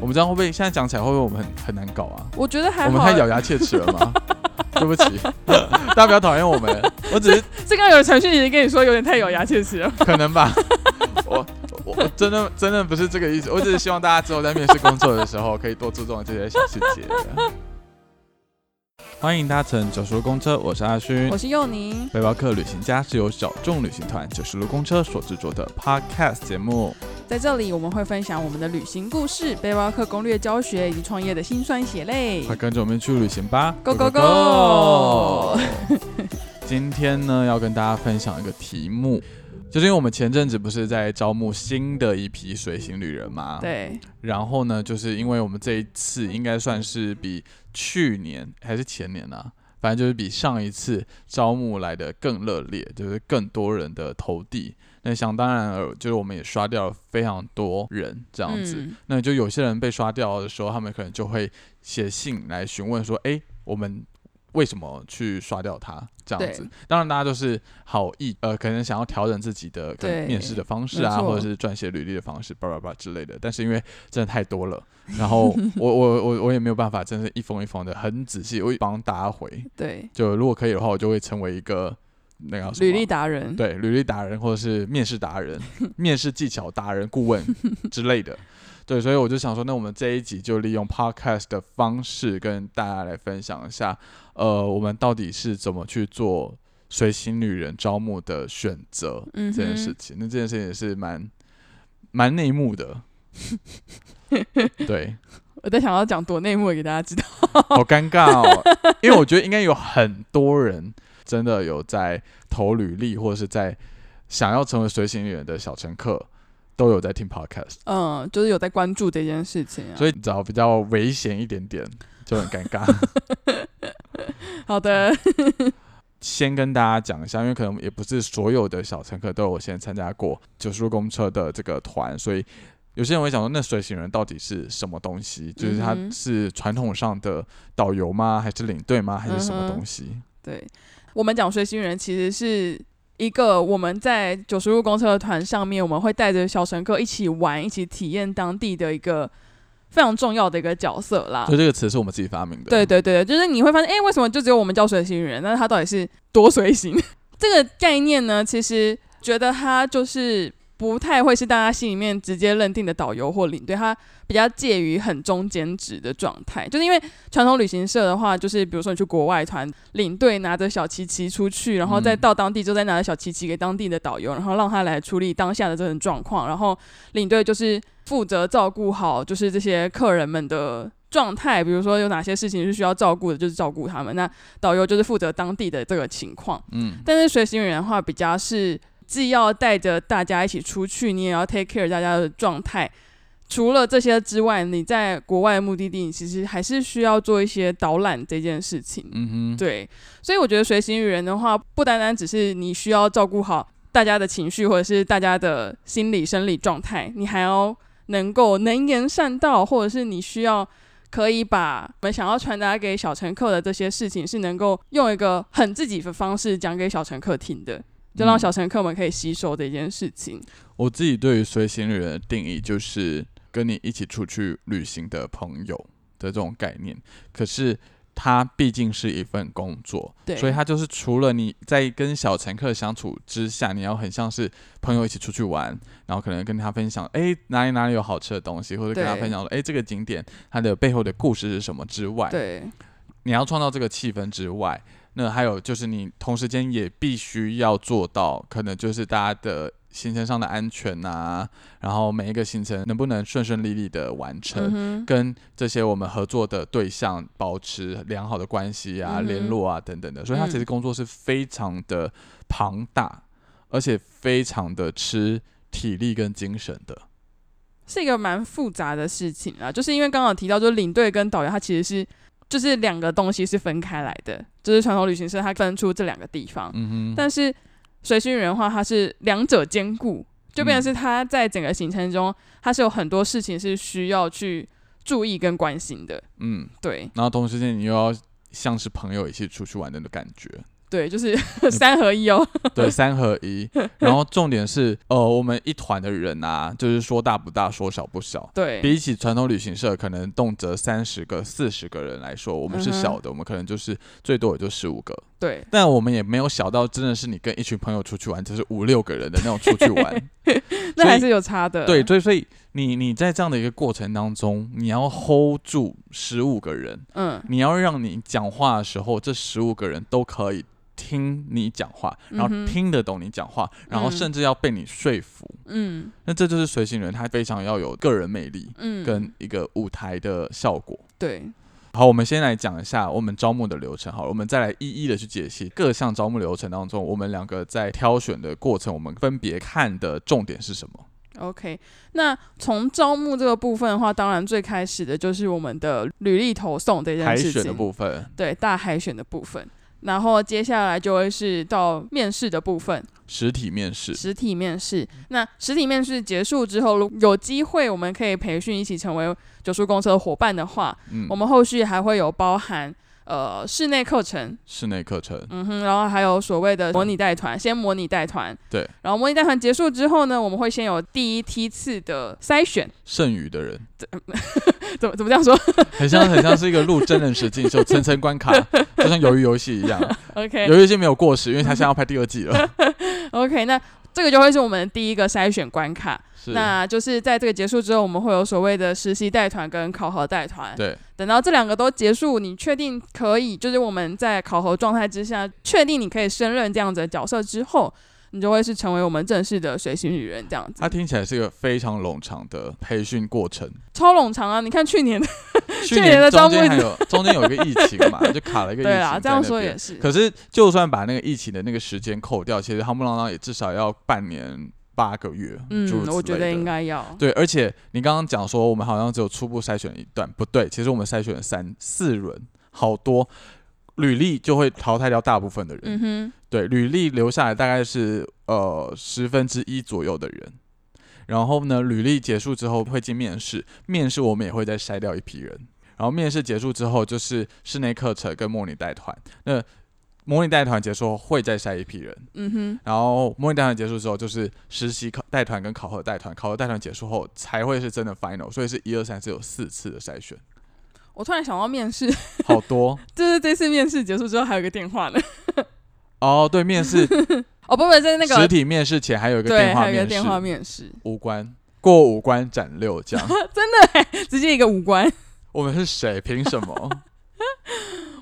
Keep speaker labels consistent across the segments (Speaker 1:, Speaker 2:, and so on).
Speaker 1: 我们这样会不会现在讲起来会不会我们很很难搞啊？
Speaker 2: 我觉得还
Speaker 1: 我们
Speaker 2: 好
Speaker 1: 太，咬牙切齿了 吗？对不起， 大家不要讨厌我们，我只是
Speaker 2: 这刚刚有传讯已经跟你说有点太咬牙切齿了。
Speaker 1: 可能 吧，我我我真的真的不是这个意思，我只是希望大家之后在面试工作的时候可以多注重这些小细节。欢迎搭乘九十路公车，我是阿勋
Speaker 2: 我。是佑宁，
Speaker 1: 背包客旅行家是由小众旅行团九十路公车所制作的 Podcast 节目。
Speaker 2: 在这里我们会分享我们的旅行故事、背包客攻略教学以及创业的辛酸血泪
Speaker 1: 快。跟着我们去旅行吧
Speaker 2: Go, go, go！
Speaker 1: 今天呢，要跟大家分享一个题目，就是因为我们前阵子不是在招募新的一批随行旅人吗？。
Speaker 2: 对，
Speaker 1: 然后呢，就是因为我们这一次应该算是比去年还是前年啊，反正就是比上一次招募来的更热烈，就是更多人的投递。那想当然尔，就是我们也刷掉了非常多人这
Speaker 2: 这
Speaker 1: 样子。那就有些人被刷掉的时候，他们可能就会写信来询问说：“诶，我们为什么去刷掉他？”这样子
Speaker 2: 对，
Speaker 1: 当然大家就是好意，呃，可能想要调整自己的可能
Speaker 2: 对
Speaker 1: 面试的方式
Speaker 2: 没
Speaker 1: 啊，
Speaker 2: 错
Speaker 1: 或者是撰写履历的方式，叭叭叭之类的。但是因为真的太多了，然 后我我我我也没有办法，真是一封一封的很仔细，我帮大家回。
Speaker 2: 对，
Speaker 1: 就如果可以的话，我就会成为一个那个叫什么
Speaker 2: 履历达人，
Speaker 1: 对，履历达人或者是面试达 人、面试技巧达人、顾问之类的。对，所以我就想说，那我们这一集就利用 podcast 的方式跟大家来分享一下，呃，我们到底是怎么去做随行旅人招募的选择
Speaker 2: 嗯哼，
Speaker 1: 这件事情。那这件事情也是蛮蛮内幕 的，对，
Speaker 2: 我在想要讲多内幕给大 家知道。
Speaker 1: 好尴尬哦，因为我觉得应该有很多人真的有在投履历，或者是在想要成为随行员的小乘客，都有在听 podcast，
Speaker 2: 嗯，就是有在关注这件事情啊。
Speaker 1: 所以找比较危险一点点就很尴 尬。
Speaker 2: 好的，
Speaker 1: 先跟大家讲一下，因为可能也不是所有的小乘客都有先参加过九十路公车的这个团，所以。有些人会想说，那随行人到底是什么东西？就是他
Speaker 2: 嗯哼
Speaker 1: 是传统上的导游吗？还是领队吗？还是什么
Speaker 2: 嗯哼
Speaker 1: 东西？
Speaker 2: 对我们讲随行人其实是一个我们在九十路公车的团上面，我们会带着小乘客一起玩、一起体验当地的一个非常重要的一个角色啦
Speaker 1: 所。以这个词是我们自己发明的。
Speaker 2: 对对对，就是你会发现，哎、为什么就只有我们叫随行人？那他到底是多随行？ 这个概念呢，其实觉得他就是不太会是大家心里面直接认定的导游或领队，他比较介于很中间值的状态。就是因为传统旅行社的话，就是比如说你去国外团，领队拿着小旗旗出去，然后再
Speaker 1: 嗯
Speaker 2: 到当地就再拿着小旗旗给当地的导游，然后让他来处理当下的这种状况，然后领队就是负责照顾好就是这些客人们的状态，比如说有哪些事情是需要照顾的，就是照顾他们。那导游就是负责当地的这个情况，
Speaker 1: 嗯，
Speaker 2: 但是随行人的话比较是既要带着大家一起出去，你也要 take care 大家的状态。除了这些之外，你在国外的目的地，你其实还是需要做一些导览这件事情。
Speaker 1: 嗯哼，
Speaker 2: 对，所以我觉得随行于人的话，不单单只是你需要照顾好大家的情绪或者是大家的心理生理状态，你还要能够能言善道，或者是你需要可以把我们想要传达给小乘客的这些事情，是能够用一个很自己的方式讲给小乘客听的，就让
Speaker 1: 嗯
Speaker 2: 小乘客们可以吸收的一件事情。
Speaker 1: 我自己对于随行旅人的定义就是跟你一起出去旅行的朋友的这种概念。可是它毕竟是一份工作，
Speaker 2: 对
Speaker 1: 所以它就是除了你在跟小乘客相处之下，你要很像是朋友一起出去玩，然后可能跟他分享，诶，哪里哪里有好吃的东西，或者跟他
Speaker 2: 对
Speaker 1: 分享说，诶，这个景点它的背后的故事是什么之外，
Speaker 2: 对，
Speaker 1: 你要创造这个气氛之外，那还有就是你同时间也必须要做到，可能就是大家的行程上的安全啊，然后每一个行程能不能顺顺利利的完成。
Speaker 2: 嗯哼，
Speaker 1: 跟这些我们合作的对象保持良好的关系啊、
Speaker 2: 嗯哼
Speaker 1: 联络啊等等的，所以他其实
Speaker 2: 嗯
Speaker 1: 工作是非常的庞大，而且非常的吃体力跟精神的。
Speaker 2: 是一个蛮复杂的事情啊，就是因为刚好提到，就是领队跟导游，他其实是就是两个东西是分开来的，就是传统旅行社它分出这两个地方，
Speaker 1: 嗯哼，
Speaker 2: 但是随行人的话，它是两者兼顾，就
Speaker 1: 嗯
Speaker 2: 变成是他在整个行程中，他是有很多事情是需要去注意跟关心的，
Speaker 1: 嗯，
Speaker 2: 对，
Speaker 1: 然后同时间你又要像是朋友一起出去玩的感觉，
Speaker 2: 对，就是 三合一哦。
Speaker 1: 对，三合 一。然后重点是，呃，我们一团的人啊，就是说大不大，说小不小。
Speaker 2: 对，
Speaker 1: 比起传统旅行社可能动辄三十个、四十个人来说，我们是
Speaker 2: 嗯哼
Speaker 1: 小的，我们可能就是最多也就十五个，
Speaker 2: 对，
Speaker 1: 但我们也没有小到真的是你跟一群朋友出去玩，只是五六个人的那种出去 玩。
Speaker 2: 那
Speaker 1: 所以
Speaker 2: 还是有差的。
Speaker 1: 对，所以所以你你在这样的一个过程当中，你要 hold 住十五个人，
Speaker 2: 嗯，
Speaker 1: 你要让你讲话的时候，这十五个人都可以听你讲话，然后
Speaker 2: 嗯哼
Speaker 1: 听得懂你讲话，然后
Speaker 2: 嗯
Speaker 1: 甚至要被你说服。
Speaker 2: 嗯
Speaker 1: 那这就是随行人，他非常要有个人魅力
Speaker 2: 嗯，
Speaker 1: 跟一个舞台的效果。
Speaker 2: 对，
Speaker 1: 好，我们先来讲一下我们招募的流程。好了，我们再来一一的去解析各项招募流程当中，我们两个在挑选的过程，我们分别看的重点是什么？
Speaker 2: OK，那从招募这个部分的话，当然最开始的就是我们的履历投送这件
Speaker 1: 海
Speaker 2: 事
Speaker 1: 选的
Speaker 2: 情，
Speaker 1: 部分
Speaker 2: 对大海选的部分。然后接下来就会是到面试的部分，
Speaker 1: 实体面试，
Speaker 2: 实体面试。那实体面试结束之后，如有机会我们可以培训一起成为九叔公车的伙伴的话，
Speaker 1: 嗯
Speaker 2: 我，们后续还会有包含呃室内课程，
Speaker 1: 室内课程，
Speaker 2: 嗯哼，然后还有所谓的模拟带团，先模拟带团，
Speaker 1: 对，
Speaker 2: 然后模拟带团结束之后呢，我们会先有第一梯次的筛选，
Speaker 1: 剩余的人，
Speaker 2: 怎么怎么这样 说
Speaker 1: 很像很像是一个录真人实境秀，层层关 卡，就像鱿鱼游戏一样。
Speaker 2: ？OK
Speaker 1: 鱿鱼游戏没有过时，因为他现在要拍第二
Speaker 2: 嗯
Speaker 1: 季了。
Speaker 2: OK，那这个就会是我们第一个筛选关卡，
Speaker 1: 是，
Speaker 2: 那就是在这个结束之后，我们会有所谓的实习带团跟考核带团，
Speaker 1: 对，
Speaker 2: 等到这两个都结束，你确定可以，就是我们在考核状态之下，确定你可以胜任这样子的角色之后，你就会是成为我们正式的随行旅人这样子
Speaker 1: 它，听起来是一个非常冗长的培训过程。
Speaker 2: 超冗长啊！你看去年的，
Speaker 1: 去
Speaker 2: 年的
Speaker 1: 中
Speaker 2: 招募
Speaker 1: 间还有中间有一个疫情 嘛，就卡了一个疫情
Speaker 2: 对
Speaker 1: 在那
Speaker 2: 啦，
Speaker 1: 边。
Speaker 2: 这样说也是，
Speaker 1: 可是，就算把那个疫情的那个时间扣掉，其实夯不啷当也至少要半年八个月，诸如
Speaker 2: 嗯，
Speaker 1: 此
Speaker 2: 我觉
Speaker 1: 类
Speaker 2: 得
Speaker 1: 的
Speaker 2: 应。该要，
Speaker 1: 对，而且你刚刚讲说我们好像只有初步筛选一段，不对，其实我们筛选了三四轮，好多履历就会淘汰掉大部分的人。
Speaker 2: 嗯哼，
Speaker 1: 对，履历留下来大概是呃十分之一左右的人。然后呢，履历结束之后会进面试，面试我们也会再筛掉一批人。然后面试结束之后就是室内课程跟模拟带团。那模拟带团结束后会再筛一批人，
Speaker 2: 嗯哼，
Speaker 1: 然后模拟带团结束之后就是实习考带团跟考核带团，考核带团结束后才会是真的 final，所以是一二三四有四次的筛选，
Speaker 2: 我突然想到面试，
Speaker 1: 好多
Speaker 2: 就是这次面试结束之后还有一个电话呢，
Speaker 1: 哦。对，面试
Speaker 2: 哦不不，在 那
Speaker 1: 实
Speaker 2: 个
Speaker 1: 体面试前还有一个
Speaker 2: 对，
Speaker 1: 电话
Speaker 2: 还有一
Speaker 1: 面
Speaker 2: 个
Speaker 1: 试，
Speaker 2: 电话面试，
Speaker 1: 五关过五关斩六将，
Speaker 2: 直接一个五官，
Speaker 1: 我们是谁？凭什么？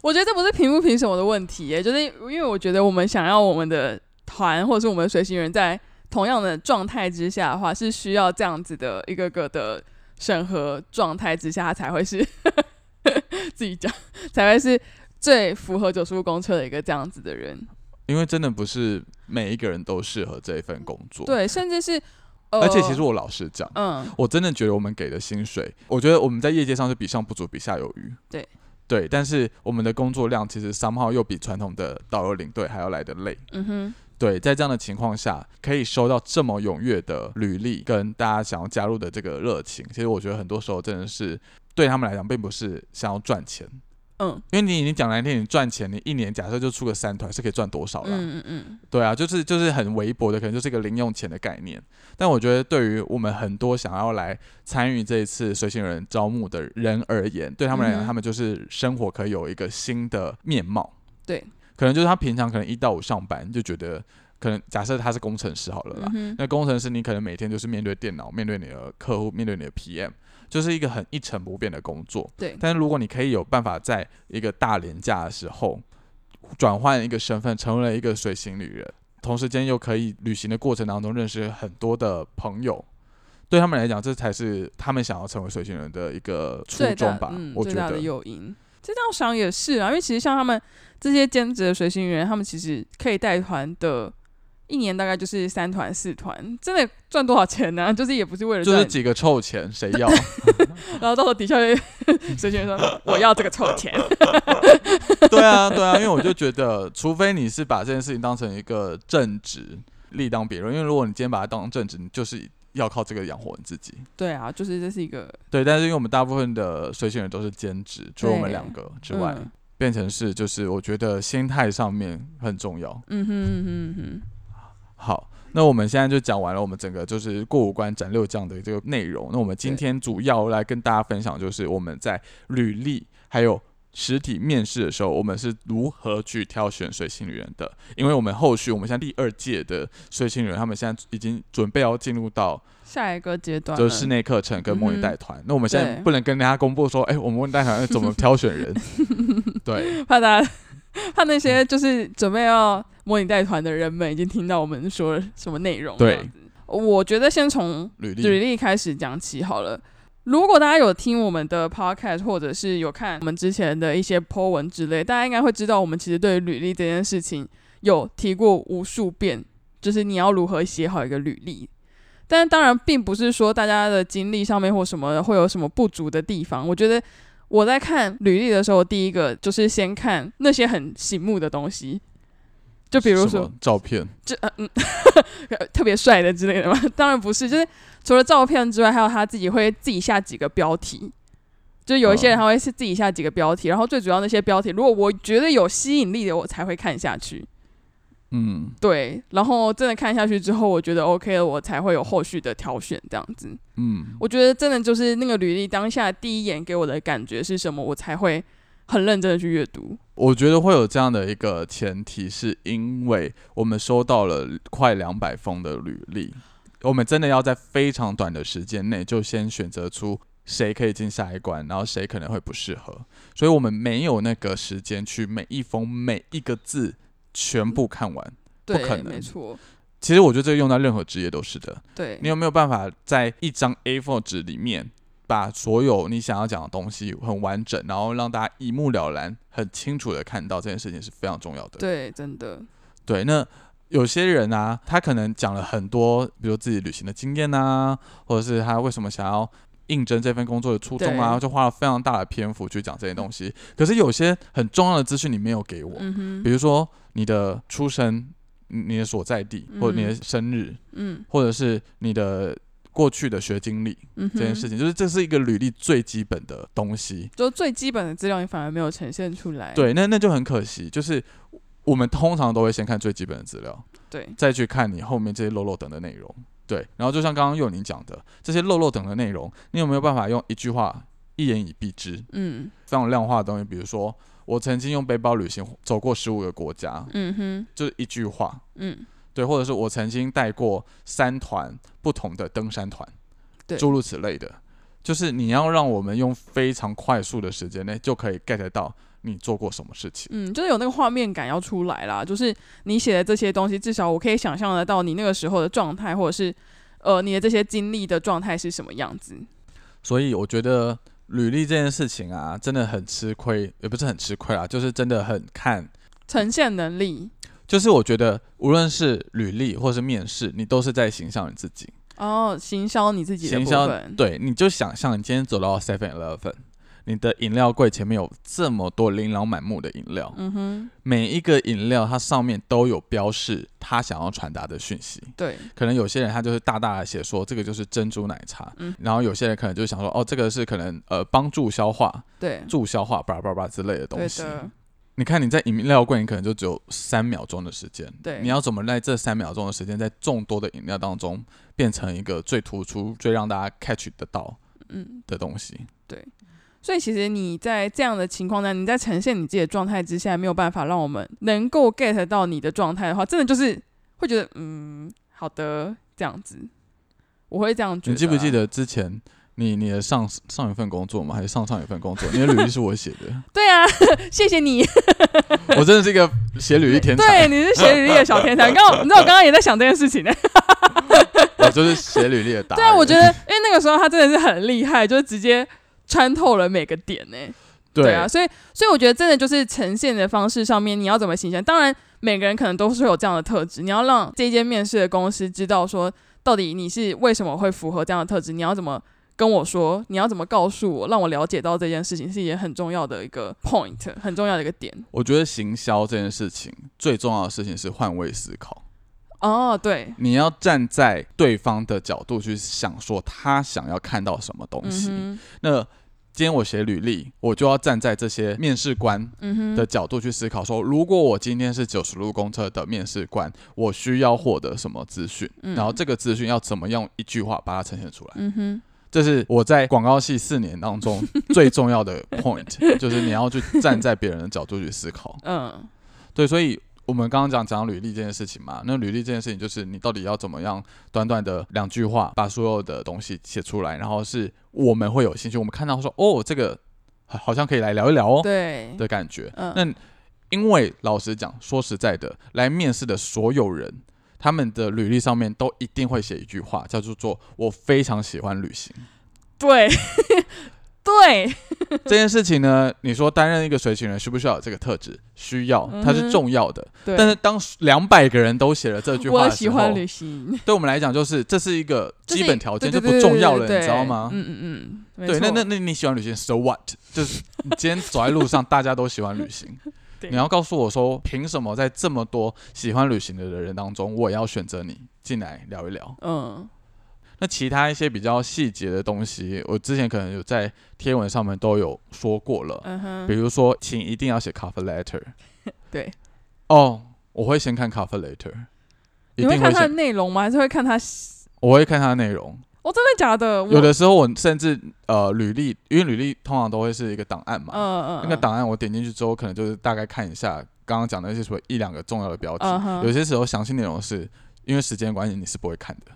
Speaker 2: 我觉得这不是评不评审我的问题耶，就是因为我觉得我们想要我们的团或者是我们的随行人在同样的状态之下的话，是需要这样子的一个个的审核状态之下，它才会是 自己讲，才会是最符合九十五公车的一个这样子的人。
Speaker 1: 因为真的不是每一个人都适合这一份工作。，
Speaker 2: 对，甚至是，呃、
Speaker 1: 哦而且其实我老实讲，
Speaker 2: 嗯，
Speaker 1: 我真的觉得我们给的薪水，我觉得我们在业界上是比上不足，比下有余。
Speaker 2: 对。
Speaker 1: 对，但是我们的工作量其实 somehow 又比传统的导游领队还要来得累。
Speaker 2: 嗯哼，
Speaker 1: 对，在这样的情况下，可以收到这么踊跃的履历，跟大家想要加入的这个热情，其实我觉得很多时候真的是对他们来讲，并不是想要赚钱，
Speaker 2: 嗯，
Speaker 1: 因为你已经讲难听，你赚钱，你一年假设就出个三团是可以赚多少啦？
Speaker 2: 嗯嗯嗯，
Speaker 1: 对啊，就是就是很微薄的，可能就是一个零用钱的概念。但我觉得对于我们很多想要来参与这一次随行人招募的人而言，对他们来
Speaker 2: 嗯
Speaker 1: 讲，
Speaker 2: 哼
Speaker 1: 他们就是生活可以有一个新的面貌。
Speaker 2: 对，
Speaker 1: 可能就是他平常可能一到五上班就觉得，可能假设他是工程师好了啦，
Speaker 2: 嗯哼，
Speaker 1: 那工程师你可能每天就是面对电脑，面对你的客户，面对你的 PM，就是一个很一成不变的工作。
Speaker 2: 对
Speaker 1: 但是如果你可以有办法在一个大廉价的时候转换一个身份，成为了一个随行旅人，同时间又可以旅行的过程当中认识很多的朋友，对他们来讲，这才是他们想要成为随行人的一个初
Speaker 2: 最大
Speaker 1: 衷吧。
Speaker 2: 嗯，
Speaker 1: 我
Speaker 2: 最
Speaker 1: 觉
Speaker 2: 大的
Speaker 1: 得
Speaker 2: 诱因。这样想也是啊，因为其实像他们这些兼职的随行员，他们其实可以带团的，一年大概就是三团四团，真的赚多少钱呢、 就是也不是为了
Speaker 1: 就
Speaker 2: 赚
Speaker 1: 是，几个臭钱，谁要？
Speaker 2: 然后到时候底下就 随行员说我要这个臭钱，
Speaker 1: 对啊，对啊，因为我就觉得，除非你是把这件事情当成一个正职，另当别论。因为如果你今天把它当成正职，你就是要靠这个养活你自己。
Speaker 2: 对啊，就是这是一个
Speaker 1: 对，但是因为我们大部分的随行人都是兼职，除了我们
Speaker 2: 对
Speaker 1: 两个之外，
Speaker 2: 嗯
Speaker 1: 变成是就是我觉得心态上面很重要。
Speaker 2: 嗯哼嗯哼嗯
Speaker 1: 好，那我们现在就讲完了我们整个就是过五关斩六将的这个内容。那我们今天主要来跟大家分享，就是我们在履历还有实体面试的时候，我们是如何去挑选随性女人的。因为我们后续，我们现在第二届的随性女人，他们现在已经准备要进入到
Speaker 2: 哼，下一个阶段
Speaker 1: 就是
Speaker 2: 了
Speaker 1: 室内课程跟模拟带团。那我们现在
Speaker 2: 嗯对
Speaker 1: 不能跟大家公布说，哎、我们模拟带 团怎么挑选人？对，
Speaker 2: 怕大家怕那些就是准备要模拟带团的人们已经听到我们说什么内容。
Speaker 1: 对，
Speaker 2: 我觉得先从
Speaker 1: 履历
Speaker 2: 履历开始讲起好了。如果大家有听我们的 podcast，或者是有看我们之前的一些 po 文之类，大家应该会知道，我们其实对于履历这件事情有提过无数遍，就是你要如何写好一个履历。但当然，并不是说大家的经历上面或什么会有什么不足的地方。我觉得我在看履历的时候，第一个就是先看那些很醒目的东西，就比如
Speaker 1: 什
Speaker 2: 说
Speaker 1: 么照片，
Speaker 2: 这呃嗯，特别帅的之类的吗？ 当然不是，就是除了照片之外，还有他自己会自己下几个标题，就是有一些人他会是自己下几个标
Speaker 1: 嗯
Speaker 2: 题，然后最主要那些标题，如果我觉得有吸引力的，我才会看下去。
Speaker 1: 嗯
Speaker 2: 对，然后真的看下去之后，我觉得 OK 了，我才会有后续的挑选这样子。
Speaker 1: 嗯，
Speaker 2: 我觉得真的就是那个履历当下第一眼给我的感觉是什么，我才会很认真的去阅读。
Speaker 1: 我觉得会有这样的一个前提，是因为我们收到了快两百封的履历，我们真的要在非常短的时间内就先选择出谁可以进下一关，然后谁可能会不适合，所以我们没有那个时间去每一封每一个字全部看完。
Speaker 2: 对，
Speaker 1: 可能
Speaker 2: 没错，
Speaker 1: 其实我觉得这个用在任何职业都是的，
Speaker 2: 对
Speaker 1: 你，有没有办法在一张 A4 纸里面把所有你想要讲的东西很完整，然后让大家一目了然、很清楚的看到这件事情是非常重要的。
Speaker 2: 对，真的，
Speaker 1: 对，那有些人啊，他可能讲了很多，比如自己旅行的经验啊，或者是他为什么想要应征这份工作的初衷啊，
Speaker 2: 对
Speaker 1: 就花了非常大的篇幅去讲这些东西。可是有些很重要的资讯你没有给我，
Speaker 2: 嗯哼，
Speaker 1: 比如说你的出生、你你的所在地，或者你的
Speaker 2: 嗯
Speaker 1: 生日，
Speaker 2: 嗯
Speaker 1: 或者是你的。过去的学经历
Speaker 2: 嗯哼，
Speaker 1: 这件事情，就是这是一个履历最基本的东西。
Speaker 2: 就最基本的资料你反而没有呈现出来。
Speaker 1: 对，那那就很可惜，就是我们通常都会先看最基本的资料，
Speaker 2: 对
Speaker 1: 再去看你后面这些漏漏等的内容。对，然后就像刚刚佑宁讲的，这些漏漏等的内容，你有没有办法用一句话一言以蔽之？
Speaker 2: 嗯
Speaker 1: 非常量化的东西，比如说我曾经用背包旅行走过十五个国家，
Speaker 2: 嗯哼
Speaker 1: 就是一句话。
Speaker 2: 嗯，
Speaker 1: 对，或者是我曾经带过三团不同的登山团，
Speaker 2: 对
Speaker 1: 诸如此类的，就是你要让我们用非常快速的时间内就可以 get 到你做过什么事情。
Speaker 2: 嗯，就是有那个画面感要出来啦。就是你写的这些东西，至少我可以想象得到你那个时候的状态，或者是呃你的这些经历的状态是什么样子。
Speaker 1: 所以我觉得履历这件事情啊，真的很吃亏，也不是很吃亏啊，就是真的很看。
Speaker 2: 呈现能力
Speaker 1: 就是我觉得，无论是履历或是面试，你都是在形象你自己。
Speaker 2: 哦，行销你自己的
Speaker 1: 形
Speaker 2: 部
Speaker 1: 象
Speaker 2: 分，
Speaker 1: 对，你就想象你今天走到 Seven Eleven，你的饮料柜前面有这么多琳琅满目的饮料，
Speaker 2: 嗯哼，
Speaker 1: 每一个饮料它上面都有标示它想要传达的讯息。
Speaker 2: 对，
Speaker 1: 可能有些人他就是大大的写说这个就是珍珠奶茶，
Speaker 2: 嗯
Speaker 1: 然后有些人可能就想说哦，这个是可能呃帮助消化、
Speaker 2: 对，
Speaker 1: 助消化、巴拉巴拉巴拉之类的东
Speaker 2: 对
Speaker 1: 西。
Speaker 2: 的，
Speaker 1: 你看你在饮料柜，你可能就只有三秒钟的时间。
Speaker 2: 对
Speaker 1: 你要怎么在这三秒钟的时间，在众多的饮料当中，变成一个最突出、最让大家 catch 得到
Speaker 2: 嗯。
Speaker 1: 的东西？
Speaker 2: 所以其实你在这样的情况下，你在呈现你自己的状态之下，没有办法让我们能够 get 到你的状态的话，真的就是会觉得嗯，好的这样子，我会这样觉得啊、
Speaker 1: 你记不记得之前你你的上上一份工作吗？还是上上一份工作？你的履历是我写的，
Speaker 2: 对啊， 谢谢你。
Speaker 1: 我真的是一个写履历天才，啊
Speaker 2: 对，你是写履历的小天才。刚好，你知道我刚刚也在想这件事 情呢、
Speaker 1: 我就是写履历的达
Speaker 2: 对
Speaker 1: 人。
Speaker 2: 啊，我觉得，因为那个时候他真的是很厉害，就是直接穿透了每个点呢、
Speaker 1: 对
Speaker 2: 啊，所以所以我觉得真的就是呈现的方式上面，你要怎么形象？当然，每个人可能都是会有这样的特质，你要让这间面试的公司知道说，到底你是为什么会符合这样的特质，你要怎么跟我说，你要怎么告诉我，让我了解到这件事情是一件很重要的一个 point，很重要的一个点。
Speaker 1: 我觉得行销这件事情最重要的事情是换位思考。
Speaker 2: 哦，对，
Speaker 1: 你要站在对方的角度去想，说他想要看到什么东
Speaker 2: 嗯
Speaker 1: 西。
Speaker 2: 哼，
Speaker 1: 那今天我写履历，我就要站在这些面试官
Speaker 2: 嗯哼，
Speaker 1: 的角度去思考说，如果我今天是九十路公车的面试官，我需要获得什么资讯，
Speaker 2: 嗯
Speaker 1: 然后这个资讯要怎么用一句话把它呈现出来。
Speaker 2: 嗯哼，
Speaker 1: 这是我在广告系四年当 中最重要的 point，就是你要去站在别人的角度去思考。
Speaker 2: 嗯
Speaker 1: 对，所以我们刚刚讲讲履历这件事情嘛，那履历这件事情就是你到底要怎么样，短短的两句话把所有的东西写出来，然后是我们会有兴趣，我们看到说哦，这个好好像可以来聊一聊哦
Speaker 2: 对，
Speaker 1: 的感觉。
Speaker 2: 嗯
Speaker 1: 那因为老实讲，说实在的，来面试的所有人。他们的履历上面都一定会写一句话，叫做“我非常喜欢旅行”。
Speaker 2: 对 对，
Speaker 1: 这件事情呢，你说担任一个随行人需不需要有这个特质？需要，它
Speaker 2: 嗯哼
Speaker 1: 是重要的。
Speaker 2: 对
Speaker 1: 但是当两百个人都写了这句话
Speaker 2: 我
Speaker 1: 的
Speaker 2: 喜
Speaker 1: 时
Speaker 2: 欢
Speaker 1: 候，
Speaker 2: 旅行，
Speaker 1: 对我们来讲就是这是一个
Speaker 2: 这是
Speaker 1: 基本条件，
Speaker 2: 对
Speaker 1: 就
Speaker 2: 对
Speaker 1: 不重要了，
Speaker 2: 对对对
Speaker 1: 你知道吗？
Speaker 2: 嗯嗯嗯，
Speaker 1: 对，那那
Speaker 2: 没错
Speaker 1: 那你喜欢旅行，so what？就是 你今天走在路上，大家都喜欢旅行，
Speaker 2: 对
Speaker 1: 你要告诉我说，凭什么在这么多喜欢旅行的人当中，我也要选择你进来聊一聊？
Speaker 2: 嗯
Speaker 1: 那其他一些比较细节的东西，我之前可能有在贴文上面都有说过了。
Speaker 2: 嗯
Speaker 1: 比
Speaker 2: 哼，
Speaker 1: 如说，请一定要写 cover letter。
Speaker 2: 对。
Speaker 1: 哦，我会先看 cover letter，一
Speaker 2: 你
Speaker 1: 定
Speaker 2: 会
Speaker 1: 会
Speaker 2: 看它
Speaker 1: 先
Speaker 2: 的，内容吗？还是会看它？
Speaker 1: 我会看它的内容。
Speaker 2: 哦，真的假的？我
Speaker 1: 有的时候我甚至呃履历，因为履历通常都会是一个档案嘛，
Speaker 2: 嗯嗯，
Speaker 1: 那个档案我点进去之后，可能就是大概看一下刚刚讲的那些什么一两个重要的标题。
Speaker 2: 嗯哼
Speaker 1: 有些时候详细内容是因为时间关系你是不会看的，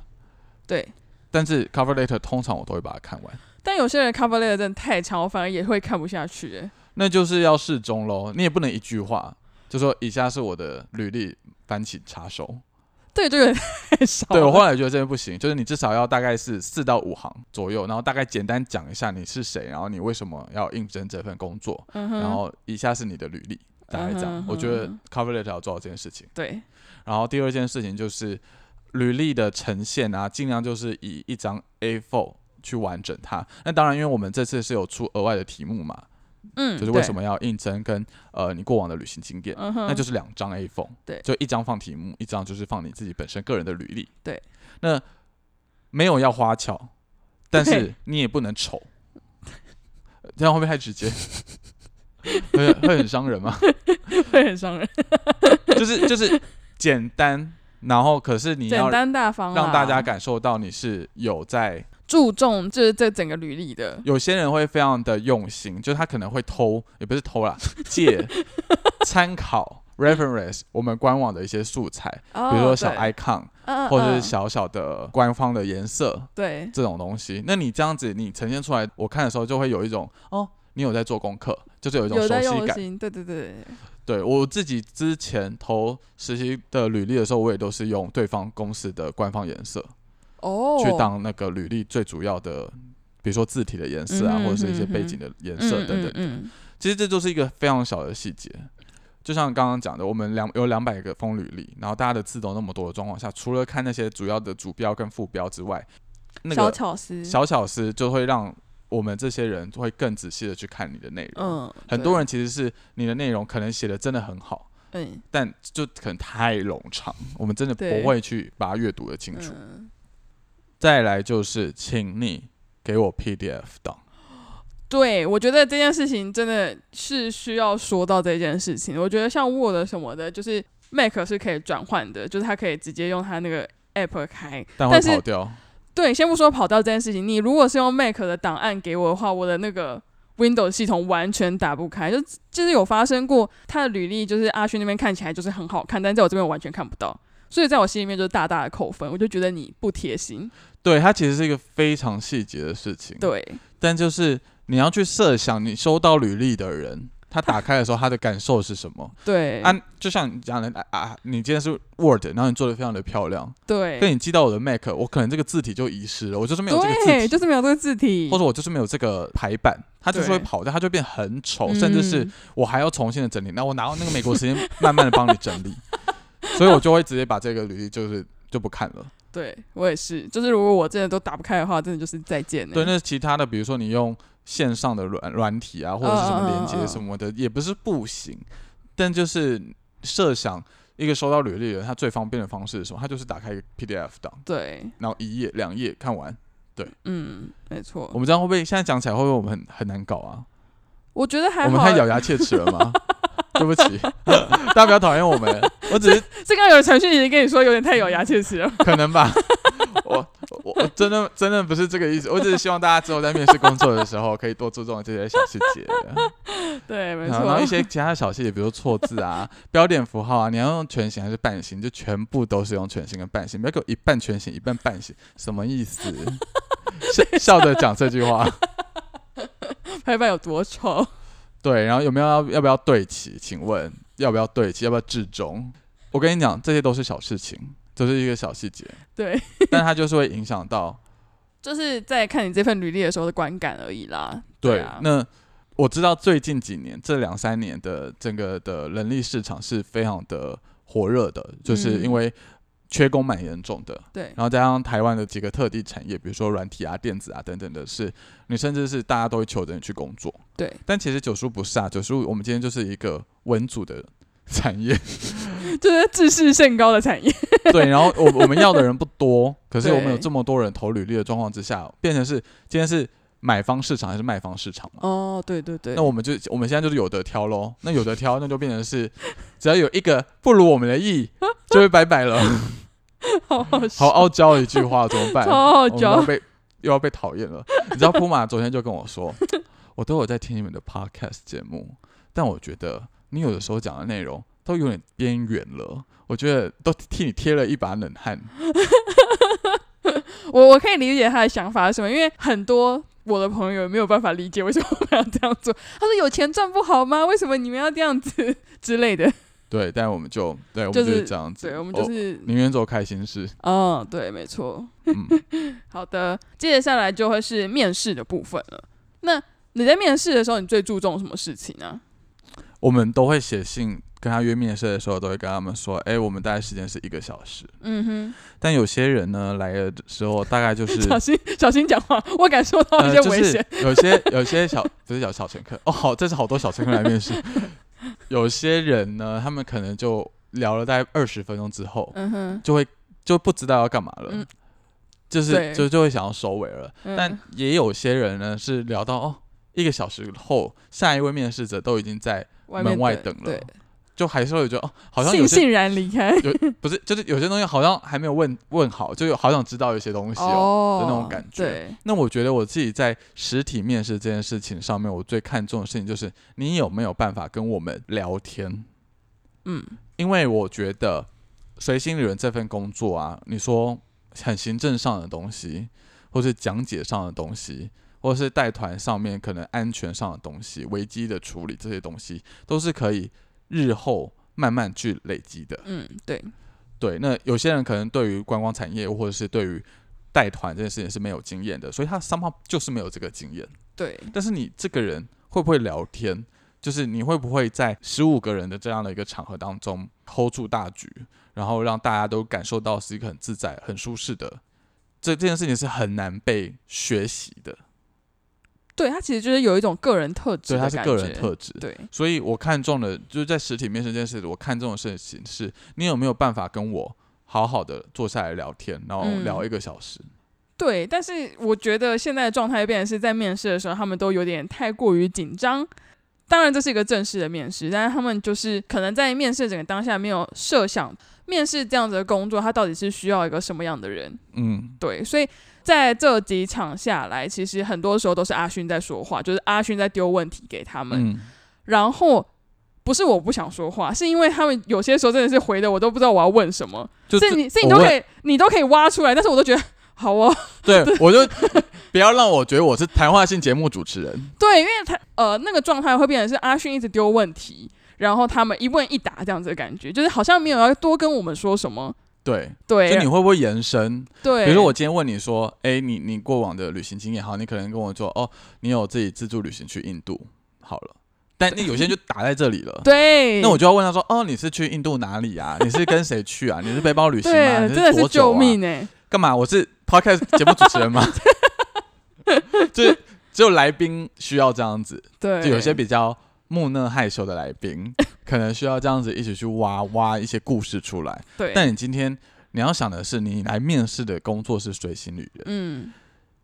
Speaker 2: 对，
Speaker 1: 但是 cover letter 通常我都会把它看完。
Speaker 2: 但有些人 cover letter 真的太长，我反而也会看不下去。哎
Speaker 1: 那就是要适中喽，你也不能一句话就说以下是我的履历，翻起插手。
Speaker 2: 这个就有点太少了。
Speaker 1: 对我后来觉得这边不行，就是你至少要大概是四到五行左右，然后大概简单讲一下你是谁，然后你为什么要应征这份工作，
Speaker 2: 嗯哼，
Speaker 1: 然后以下是你的履历，大概这样。
Speaker 2: 嗯哼
Speaker 1: 我觉得
Speaker 2: 嗯
Speaker 1: cover letter 要做到这件事情。
Speaker 2: 对，
Speaker 1: 然后第二件事情就是履历的呈现啊，尽量就是以一张 A4 去完整它。那当然，因为我们这次是有出额外的题目嘛，
Speaker 2: 嗯，
Speaker 1: 就是为什
Speaker 2: 么？
Speaker 1: 么要应征跟呃你过往的旅行经验。
Speaker 2: 嗯哼，
Speaker 1: 那就是两张 A4，
Speaker 2: 对
Speaker 1: 就一张放题目，一张就是放你自己本身个人的履历，
Speaker 2: 对。
Speaker 1: 那没有要花俏，但是
Speaker 2: 对
Speaker 1: 你也不能丑， 呃这样会不会太直接？ 会会很伤人吗？
Speaker 2: 会很伤人，
Speaker 1: 就是就是简单，然后可是你
Speaker 2: 简
Speaker 1: 要
Speaker 2: 单啊大方啦，
Speaker 1: 让大家感受到你是有在，
Speaker 2: 注重就是这整个履历的。
Speaker 1: 有些人会非常的用心，就是他可能会偷，也不是偷 啦，借参考 reference 我们官网的一些素材，
Speaker 2: 哦
Speaker 1: 比如说小
Speaker 2: 对
Speaker 1: icon，
Speaker 2: 嗯嗯
Speaker 1: 或者是
Speaker 2: 嗯
Speaker 1: 小小的官方的颜色
Speaker 2: 对，
Speaker 1: 这种东西。那你这样子，你呈现出来，我看的时候就会有一种哦，你有在做功课，就是有一种
Speaker 2: 有
Speaker 1: 熟
Speaker 2: 在
Speaker 1: 悉
Speaker 2: 用
Speaker 1: 感。
Speaker 2: 心，对对对，
Speaker 1: 对我自己之前投实习的履历的时候，我也都是用对方公司的官方颜色、
Speaker 2: 哦，
Speaker 1: 去当那个履历最主要的，比如说字体的颜色啊，
Speaker 2: 嗯哼
Speaker 1: 或者是一些
Speaker 2: 嗯哼
Speaker 1: 背景的颜色等等。
Speaker 2: 嗯嗯
Speaker 1: 其实这就是一个非常小的细节。就像刚刚讲的，我们两有两百个封履历，然后大家的字都那么多的状况下，除了看那些主要的主标跟副标之外，那
Speaker 2: 嗯，小
Speaker 1: 个
Speaker 2: 巧思，
Speaker 1: 小巧思就会让我们这些人会更仔细的去看你的内容。
Speaker 2: 嗯，
Speaker 1: 很
Speaker 2: 对
Speaker 1: 多人其实是你的内容可能写的真的很好，
Speaker 2: 嗯
Speaker 1: 但就可能太冗长，我们真的
Speaker 2: 对
Speaker 1: 不会去把它阅读的清楚。
Speaker 2: 嗯，
Speaker 1: 再来就是，请你给我 PDF 档。
Speaker 2: 对，我觉得这件事情真的是需要说到这件事情。我觉得像 Word 什么的，就是 Mac 是可以转换的，就是它可以直接用它那个 App 开。
Speaker 1: 但会
Speaker 2: 但是
Speaker 1: 跑掉。
Speaker 2: 对，先不说跑掉这件事情，你如果是用 Mac 的档案给我的话，我的那个 Windows 系统完全打不开，就就是有发生过，他的履历就是阿勋那边看起来就是很好看，但在我这边我完全看不到，所以在我心里面就是大大的扣分，我就觉得你不贴心。
Speaker 1: 对，它其实是一个非常细节的事情。，
Speaker 2: 对，
Speaker 1: 但就是你要去设想，你收到履历的人，他打开的时候，他的感受是什么？
Speaker 2: 对，
Speaker 1: 啊，就像你讲的啊啊，你今天是 Word，然后你做的非常的漂亮，
Speaker 2: 对，
Speaker 1: 但你寄到我的 Mac，我可能这个字体就遗失了，我就是没有这个字
Speaker 2: 对，
Speaker 1: 体，
Speaker 2: 就是没有这个字体
Speaker 1: 或，者我就是没有这个排版，它就是
Speaker 2: 对
Speaker 1: 会跑掉，它就变很丑，
Speaker 2: 嗯
Speaker 1: 甚至是我还要重新的整理。那我拿到那个美国时间，慢慢的帮你整理，所以我就会直接把这个履历就是就不看了。
Speaker 2: 对我也是，就是如果我真的都打不开的话，真的就是再见了。
Speaker 1: 对，那其他的，比如说你用线上的软软体啊，或者是什么连接什么的，也不是不行，但就是设想一个收到履历的人，他最方便的方式是什么？他就是打开一个 PDF 档，
Speaker 2: 对
Speaker 1: 然后一页两页看完对，
Speaker 2: 嗯，没错
Speaker 1: 我。们这样会不会现在讲起来会不会我们很很难搞啊？
Speaker 2: 我觉得还
Speaker 1: 我们
Speaker 2: 好
Speaker 1: 太，咬牙切齿了吗？对不起，大家不要讨厌我们，我只是
Speaker 2: 这刚刚有程序员跟你说有点太咬牙切齿了。
Speaker 1: 可能吧。 我我我真的真的不是这个意思，我只是希望大家之后在面试工作的时候可以多注重这些小细节，
Speaker 2: 对，没
Speaker 1: 然啊后然后一
Speaker 2: 错。
Speaker 1: 些其他的小细节，比如错字啊、 标点符号啊，你要用全形还是半形，就全部都是用全形跟半形，不要给我一半全形一半半形，什么意思？笑笑着讲这句话，
Speaker 2: 拍板有多丑？
Speaker 1: 对，然后有没有要要不要对齐？请问要不要对齐？要不要至中？我跟你讲，这些都是小事情，都是一个小细节，
Speaker 2: 对，
Speaker 1: 但它就是会影响到。
Speaker 2: 就是在看你这份履历的时候的观感而已啦。
Speaker 1: 对，
Speaker 2: 啊，
Speaker 1: 那我知道最近几年这两三年的整个的人力市场是非常的火热的，就是
Speaker 2: 嗯
Speaker 1: 因为缺工蛮严重的，
Speaker 2: 对，
Speaker 1: 然后加上台湾的几个特地产业，比如说软体啊、电子啊等等的是，你甚至是大家都会求着你去工作。
Speaker 2: 对，
Speaker 1: 但其实九叔不是啊，九叔我们今天就是一个文组的产业，
Speaker 2: 就是自视甚高的产业。
Speaker 1: 对，然后我我们要的人不多，可是我们有
Speaker 2: 对
Speaker 1: 这么多人投履历的状况之下，变成是今天是买方市场还是卖方市场嘛？
Speaker 2: 哦，对对对
Speaker 1: 那。我们就我们现在就是有得挑喽。那有得挑，那就变成是只要有一个不如我们的 意，就会拜拜了。
Speaker 2: 好好笑
Speaker 1: 好傲娇一句话怎么办？
Speaker 2: 超傲
Speaker 1: 我们
Speaker 2: 娇
Speaker 1: 要被又要被讨厌了。你知道铺马昨天就跟我 说，我都有在听你们的 podcast 节目，但我觉得你有的时候讲的内容都有点边缘了，我觉得都替你贴了一把冷汗。
Speaker 2: 我我可以理解他的想法是什么，因为很多我的朋友没有办法理解为什么我们要这样做。他说有钱赚不好吗？为什么你们要这样子之类的？
Speaker 1: 对，但我们就对，我们
Speaker 2: 就
Speaker 1: 就是是这样子，
Speaker 2: 对，我们就
Speaker 1: 哦
Speaker 2: 是，
Speaker 1: 宁愿做开心事。
Speaker 2: 哦，对，没错。
Speaker 1: 嗯，
Speaker 2: 好的，接下来就会是面试的部分了。那你在面试的时候，你最注重什么事情啊呢、
Speaker 1: 我们都会写信跟他约面试的时候，都会跟他们说，哎、我们大概时间是一个小时。
Speaker 2: 嗯
Speaker 1: 但有些人呢来的时候，大概就
Speaker 2: 哼，
Speaker 1: 是
Speaker 2: 小心小心讲话，我感受到一些危险。
Speaker 1: 呃就是、有些 有些小不是小小乘客哦，好，这是好多小乘客来面试。有些人呢，他们可能就聊了大概二十分钟之后，
Speaker 2: 嗯哼，
Speaker 1: 就会就不知道要干嘛了，
Speaker 2: 嗯
Speaker 1: 就是
Speaker 2: 对
Speaker 1: 就就会想要收尾了。
Speaker 2: 嗯
Speaker 1: 但也有些人呢，是聊到哦一个小时后，下一位面试者都已经在，
Speaker 2: 外面
Speaker 1: 门外等了
Speaker 2: 对，
Speaker 1: 就还是会觉得哦，好像有
Speaker 2: 悻
Speaker 1: 些
Speaker 2: 悻然离开。
Speaker 1: 不是，就是有些东西好像还没有问问好，就有好想知道一些东西哦。
Speaker 2: 哦
Speaker 1: 的那种感觉
Speaker 2: 对，
Speaker 1: 那我觉得我自己在实体面试这件事情上面，我最看重的事情就是你有没有办法跟我们聊天，
Speaker 2: 嗯，
Speaker 1: 因为我觉得随心理人这份工作啊，你说很行政上的东西，或是讲解上的东西。或是带团上面可能安全上的东西、危机的处理这些东西，都是可以日后慢慢去累积的。
Speaker 2: 嗯，对，
Speaker 1: 对，那有些人可能对于观光产业或者是对于带团这件事情是没有经验的，所以他 somehow 就是没有这个经验。
Speaker 2: 对，
Speaker 1: 但是你这个人会不会聊天？就是你会不会在十五个人的这样的一个场合当中 hold 住大局，然后让大家都感受到是一个很自在、很舒适的？这这件事情是很难被学习的，
Speaker 2: 对他其实就是有一种个人特质
Speaker 1: 对，
Speaker 2: 的
Speaker 1: 它
Speaker 2: 感
Speaker 1: 是
Speaker 2: 觉，
Speaker 1: 个人特质。
Speaker 2: 对，
Speaker 1: 所以我看中的就是在实体面试这件事，我看中的事情是你有没有办法跟我好好的坐下来聊天，然后
Speaker 2: 嗯
Speaker 1: 聊一个小时。
Speaker 2: 对。但是我觉得现在的状态变成是在面试的时候，他们都有点太过于紧张。当然这是一个正式的面试，但是他们就是可能在面试整个当下没有设想面试这样子的工作，他到底是需要一个什么样的人。
Speaker 1: 嗯，
Speaker 2: 对，所以在这几场下来，其实很多时候都是阿勋在说话，就是阿勋在丢问题给他们。
Speaker 1: 嗯，
Speaker 2: 然后不是我不想说话，是因为他们有些时候真的是回的我都不知道我要问什么，
Speaker 1: 就
Speaker 2: 所以
Speaker 1: 这
Speaker 2: 你所以你
Speaker 1: 我
Speaker 2: 都
Speaker 1: 问
Speaker 2: 可以你都可以挖出来，但是我都觉得好哦，
Speaker 1: 对，我就不要让我觉得我是谈话性节目主持人。
Speaker 2: 对，因为他呃那个状态会变成是阿勋一直丢问题，然后他们一问一答这样子的感觉，就是好像没有要多跟我们说什么，
Speaker 1: 对，就你
Speaker 2: 对
Speaker 1: 会不会延伸？
Speaker 2: 对，
Speaker 1: 比如说我今天问你说，哎、你你过往的旅行经验，好，你可能跟我说，哦，你有自己自助旅行去印度，好了，但那有些人就打在这里了。
Speaker 2: 对，
Speaker 1: 那我就要问他说，哦，你是去印度哪里啊？你是跟谁去啊？你是背包旅行吗？
Speaker 2: 对
Speaker 1: 你
Speaker 2: 真的
Speaker 1: 多
Speaker 2: 是
Speaker 1: 久
Speaker 2: 救
Speaker 1: 啊？
Speaker 2: 命哎、
Speaker 1: 干嘛？我是 podcast 节目主持人吗？ 就是只有来宾需要这样子，
Speaker 2: 对，
Speaker 1: 就有些比较木讷害羞的来宾，可能需要这样子一起去挖挖一些故事出来。
Speaker 2: 对，
Speaker 1: 但你今天你要想的是，你来面试的工作是随行旅人，
Speaker 2: 嗯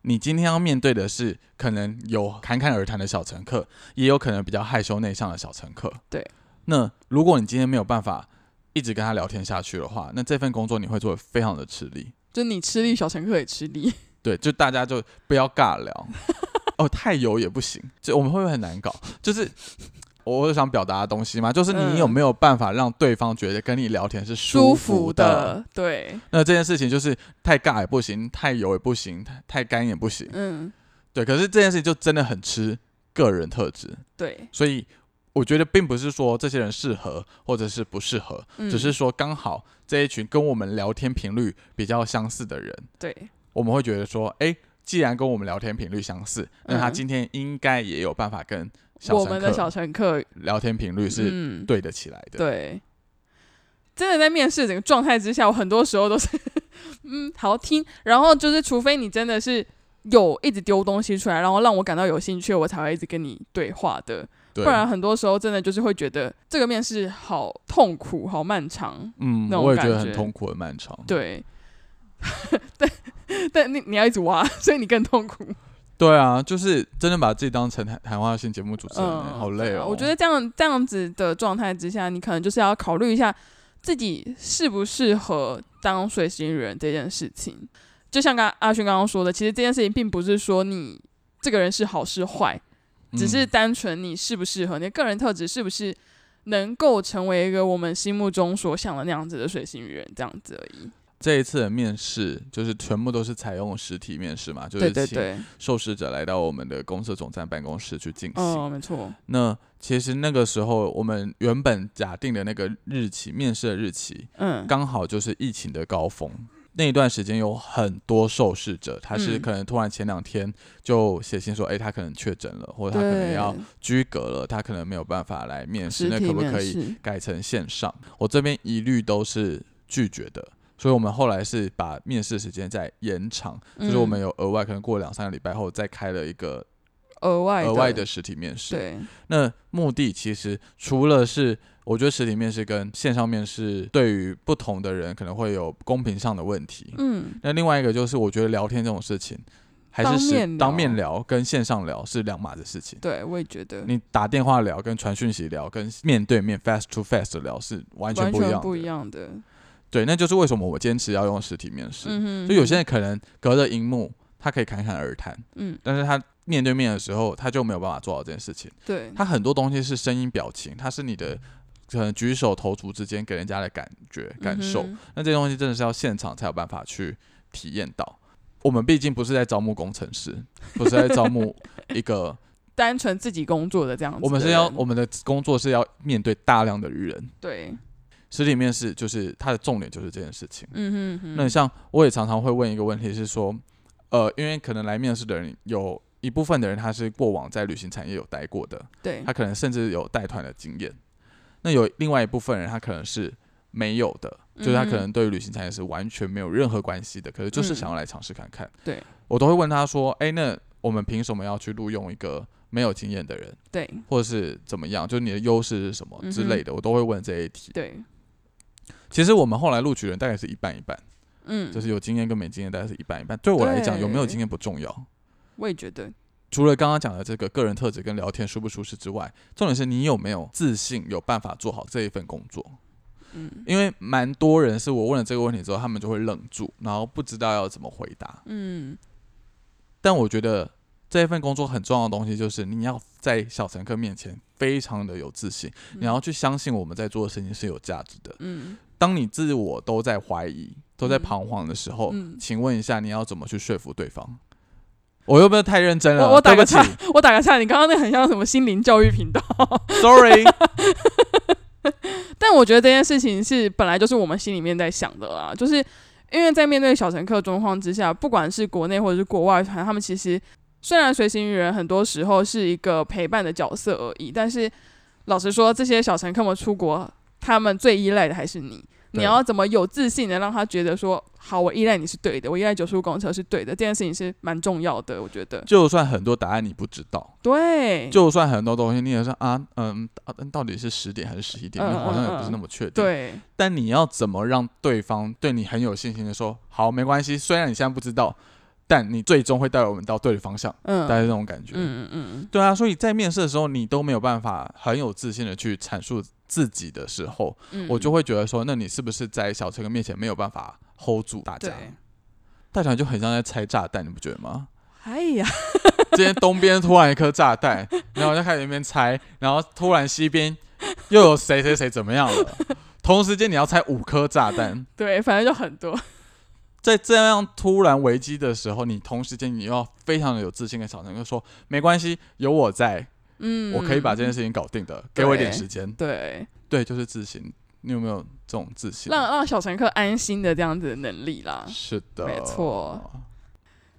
Speaker 1: 你今天要面对的是可能有侃侃而谈的小乘客，也有可能比较害羞内向的小乘客。
Speaker 2: 对，
Speaker 1: 那如果你今天没有办法一直跟他聊天下去的话，那这份工作你会做的非常的吃力。
Speaker 2: 就你吃力，小乘客也吃力。
Speaker 1: 对，就大家就不要尬 聊，哦，太油也不行，就我们会不会很难搞？就是我我想表达的东西嘛，就是你有没有办法让对方觉得跟你聊天是
Speaker 2: 嗯舒
Speaker 1: 服
Speaker 2: 服的，对，
Speaker 1: 那这件事情就是太尬也不行，太油也不行，太太干也不行。
Speaker 2: 嗯，
Speaker 1: 对，可是这件事情就真的很吃个人特质，
Speaker 2: 对，
Speaker 1: 所以我觉得并不是说这些人适合或者是不适合，
Speaker 2: 嗯
Speaker 1: 只是说刚好这一群跟我们聊天频率比较相似的人，
Speaker 2: 对，
Speaker 1: 我们会觉得说，诶，既然跟我们聊天频率相似，那他
Speaker 2: 嗯
Speaker 1: 今天应该也有办法跟小
Speaker 2: 我们的
Speaker 1: 乘
Speaker 2: 小
Speaker 1: 客
Speaker 2: 乘客
Speaker 1: 聊天频率是
Speaker 2: 嗯，
Speaker 1: 对得起来的。
Speaker 2: 对，真的在面试整个状态之下，我很多时候都是 嗯好听，然后就是除非你真的是有一直丢东西出来，然后让我感到有兴趣，我才会一直跟你对话的，
Speaker 1: 对，
Speaker 2: 不然很多时候真的就是会觉得这个面试好痛苦、好漫长。
Speaker 1: 嗯，
Speaker 2: 那种
Speaker 1: 我也觉
Speaker 2: 感
Speaker 1: 得很
Speaker 2: 觉
Speaker 1: 痛苦、很漫长。
Speaker 2: 对，但但你你要一直挖，所以你更痛苦。
Speaker 1: 对啊，就是真的把自己当成谈谈话性节目主持人欸、好累
Speaker 2: 对啊
Speaker 1: 哦。
Speaker 2: 我觉得这样这样子的状态之下，你可能就是要考虑一下自己适不适合当随行人这件事情。就像刚阿勋刚刚说的，其实这件事情并不是说你这个人是好是坏，只是
Speaker 1: 嗯
Speaker 2: 单纯你适不适合，你的个人特质是不是能够成为一个我们心目中所想的那样子的随行人，这样子而已。
Speaker 1: 这一次的面试，就是全部都是采用实体面试嘛，就
Speaker 2: 对
Speaker 1: 是
Speaker 2: 对
Speaker 1: 请
Speaker 2: 对，
Speaker 1: 受试者来到我们的公司总站办公室去进行。
Speaker 2: 嗯，没错，
Speaker 1: 那其实那个时候，我们原本假定的那个日期，面试的日期，
Speaker 2: 嗯，
Speaker 1: 刚好就是疫情的高峰。那一段时间有很多受试者，他是
Speaker 2: 嗯
Speaker 1: 可能突然前两天就写信说，哎、他可能确诊了，或者他可能
Speaker 2: 对，
Speaker 1: 要居隔了，他可能没有办法来面试，
Speaker 2: 实
Speaker 1: 那
Speaker 2: 体
Speaker 1: 可不可
Speaker 2: 面
Speaker 1: 以
Speaker 2: 试，
Speaker 1: 改成线上，我这边一律都是拒绝的。所以我们后来是把面试时间再延长，就是我们
Speaker 2: 嗯
Speaker 1: 有额外可能过两三个礼拜后再开了一个
Speaker 2: 额外
Speaker 1: 额外的实体面试。
Speaker 2: 对，
Speaker 1: 那目的其实除了是我觉得实体面试跟线上面试对于不同的人可能会有公平上的问题。
Speaker 2: 嗯。
Speaker 1: 那另外一个就是我觉得聊天这种事情，还是
Speaker 2: 当
Speaker 1: 是
Speaker 2: 面
Speaker 1: 当
Speaker 2: 聊
Speaker 1: 面聊跟线上聊是两码子事情。
Speaker 2: 对，我也觉得
Speaker 1: 你打电话聊、跟传讯息聊、跟面对面 face to face 的聊是完全
Speaker 2: 完
Speaker 1: 不一样
Speaker 2: 全
Speaker 1: 的。
Speaker 2: 不一样的。
Speaker 1: 对，那就是为什么我坚持要用实体面试。
Speaker 2: 嗯哼，
Speaker 1: 就有些人可能隔着荧幕，他可以侃侃而谈，
Speaker 2: 嗯，
Speaker 1: 但是他面对面的时候，他就没有办法做到这件事情。
Speaker 2: 对，
Speaker 1: 他很多东西是声音、表情，他是你的可能举手投足之间给人家的感觉、感受。
Speaker 2: 嗯哼
Speaker 1: 那这些东西真的是要现场才有办法去体验到。我们毕竟不是在招募工程师，不是在招 募一个，
Speaker 2: 单纯自己工作的这样子的人。
Speaker 1: 我们是要我们的工作是要面对大量的人。
Speaker 2: 对，
Speaker 1: 实体面试就是它的重点就是这件事情。
Speaker 2: 嗯哼哼，
Speaker 1: 那像我也常常会问一个问题是说，呃，因为可能来面试的人有一部分的人他是过往在旅行产业有待过的，
Speaker 2: 对
Speaker 1: 他可能甚至有带团的经验。那有另外一部分人他可能是没有的，就是
Speaker 2: 嗯
Speaker 1: 他可能对于旅行产业是完全没有任何关系的，可是就是想要来尝试看看。
Speaker 2: 对
Speaker 1: 我都会问他说，哎、那我们凭什么要去录用一个没有经验的人，
Speaker 2: 对
Speaker 1: 或者是怎么样？就是你的优势是什么之
Speaker 2: 嗯哼
Speaker 1: 类的，我都会问这一题。
Speaker 2: 对，
Speaker 1: 其实我们后来录取人大概是一半一半。
Speaker 2: 嗯，
Speaker 1: 就是有经验跟没经验大概是一半一半。对我来讲，有没有
Speaker 2: 对
Speaker 1: 经验不重要。
Speaker 2: 我也觉得，
Speaker 1: 除了刚刚讲的这个个人特质跟聊天舒不舒适之外，重点是你有没有自信，有办法做好这一份工作。
Speaker 2: 嗯
Speaker 1: 因为蛮多人是我问了这个问题之后，他们就会愣住，然后不知道要怎么回答。
Speaker 2: 嗯，
Speaker 1: 但我觉得这一份工作很重要的东西就是你要在小乘客面前非常的有自信，你要去相信我们在做的事情是有价值的。
Speaker 2: 嗯
Speaker 1: 当你自我都在怀疑、都在彷徨的时候，
Speaker 2: 嗯，
Speaker 1: 请问一下，你要怎么去说服对方？我又不是太认真了，
Speaker 2: 我我打
Speaker 1: 哎对
Speaker 2: 个
Speaker 1: 不起
Speaker 2: 岔，我打个岔，你刚刚那很像什么心灵教育频道，
Speaker 1: ，sorry。
Speaker 2: 但我觉得这件事情是本来就是我们心里面在想的啦，就是因为在面对小乘客状况之下，不管是国内或者是国外团，他们其实虽然随行人很多时候是一个陪伴的角色而已，但是老实说，这些小乘客们出国，他们最依赖的还是你。
Speaker 1: 对
Speaker 2: 你要怎么有自信的让他觉得说，好，我依赖你是对的，我依赖九十五公车是对的，这件事情是蛮重要的，我觉得。
Speaker 1: 就算很多答案你不知道，
Speaker 2: 对，
Speaker 1: 就算很多东西你也是啊，嗯，啊嗯到底是十点还是十一点，
Speaker 2: 嗯
Speaker 1: 你好像
Speaker 2: 嗯
Speaker 1: 也不是
Speaker 2: 嗯
Speaker 1: 那么确定。。
Speaker 2: 对，
Speaker 1: 但你要怎么让对方对你很有信心的说，好，没关系，虽然你现在不知道，但你最终会带我们到对的方向，
Speaker 2: 嗯
Speaker 1: 大概是那种感觉。
Speaker 2: 嗯嗯嗯
Speaker 1: 对啊，所以在面试的时候，你都没有办法很有自信的去阐述自己的时候，
Speaker 2: 嗯，
Speaker 1: 我就会觉得说，那你是不是在小陈哥面前没有办法 hold 住大
Speaker 2: 对
Speaker 1: 家？，大家就很像在拆炸弹，你不觉得吗？
Speaker 2: 哎呀，
Speaker 1: 今天东边突然一颗炸弹， 然后我就开始在那边猜，然后突然西边又有谁谁谁怎么样了，同时间你要猜五颗炸弹，
Speaker 2: 对，反正就很多，
Speaker 1: 在这样突然危机的时候，你同时间你要非常的有自信跟小陈哥说，没关系，有我在，
Speaker 2: 嗯，
Speaker 1: 我可以把这件事情搞定的，给我一点时间。
Speaker 2: 对，
Speaker 1: 对，就是自信，你有没有这种自信？
Speaker 2: 让让小乘客安心的这样子的能力啦。
Speaker 1: 是的，
Speaker 2: 啊没错。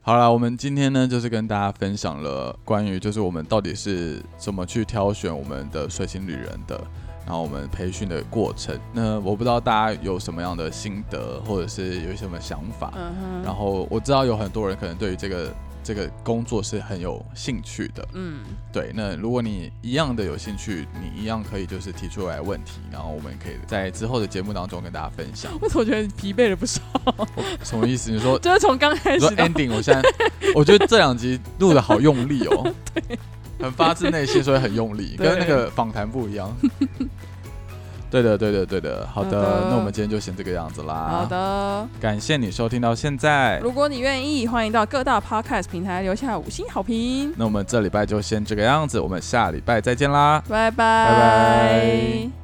Speaker 1: 好了，我们今天呢，就是跟大家分享了关于就是我们到底是怎么去挑选我们的随行旅人的，然后我们培训的过程。那我不知道大家有什么样的心得，或者是有什么想法。
Speaker 2: 嗯哼，
Speaker 1: 然
Speaker 2: 后
Speaker 1: 后我知道有很多人可能对于这个这个工作是很有兴趣的，
Speaker 2: 嗯，
Speaker 1: 对，那如果你一样的有兴趣，你一样可以就是提出来问题，然后我们可以在之后的节目当中跟大家分享。
Speaker 2: 我总觉得你疲惫了不少，
Speaker 1: 什么意思？你说
Speaker 2: 就是从刚开
Speaker 1: 你
Speaker 2: 始
Speaker 1: 说
Speaker 2: 到
Speaker 1: ending，我现在我觉得这两集录的好用力 哦，很发自内心，所以很用力，
Speaker 2: 对
Speaker 1: 跟那个访谈不一样。对的，对的，对的，好的，
Speaker 2: 好的
Speaker 1: 那我们今天就先这个样子啦。
Speaker 2: 好，的，
Speaker 1: 感谢你收听到现在，
Speaker 2: 如果你愿意，欢迎到各大 podcast 平台留下五星好评，
Speaker 1: 那我们这礼拜就先这个样子，我们下礼拜再见啦。
Speaker 2: 拜拜
Speaker 1: 拜拜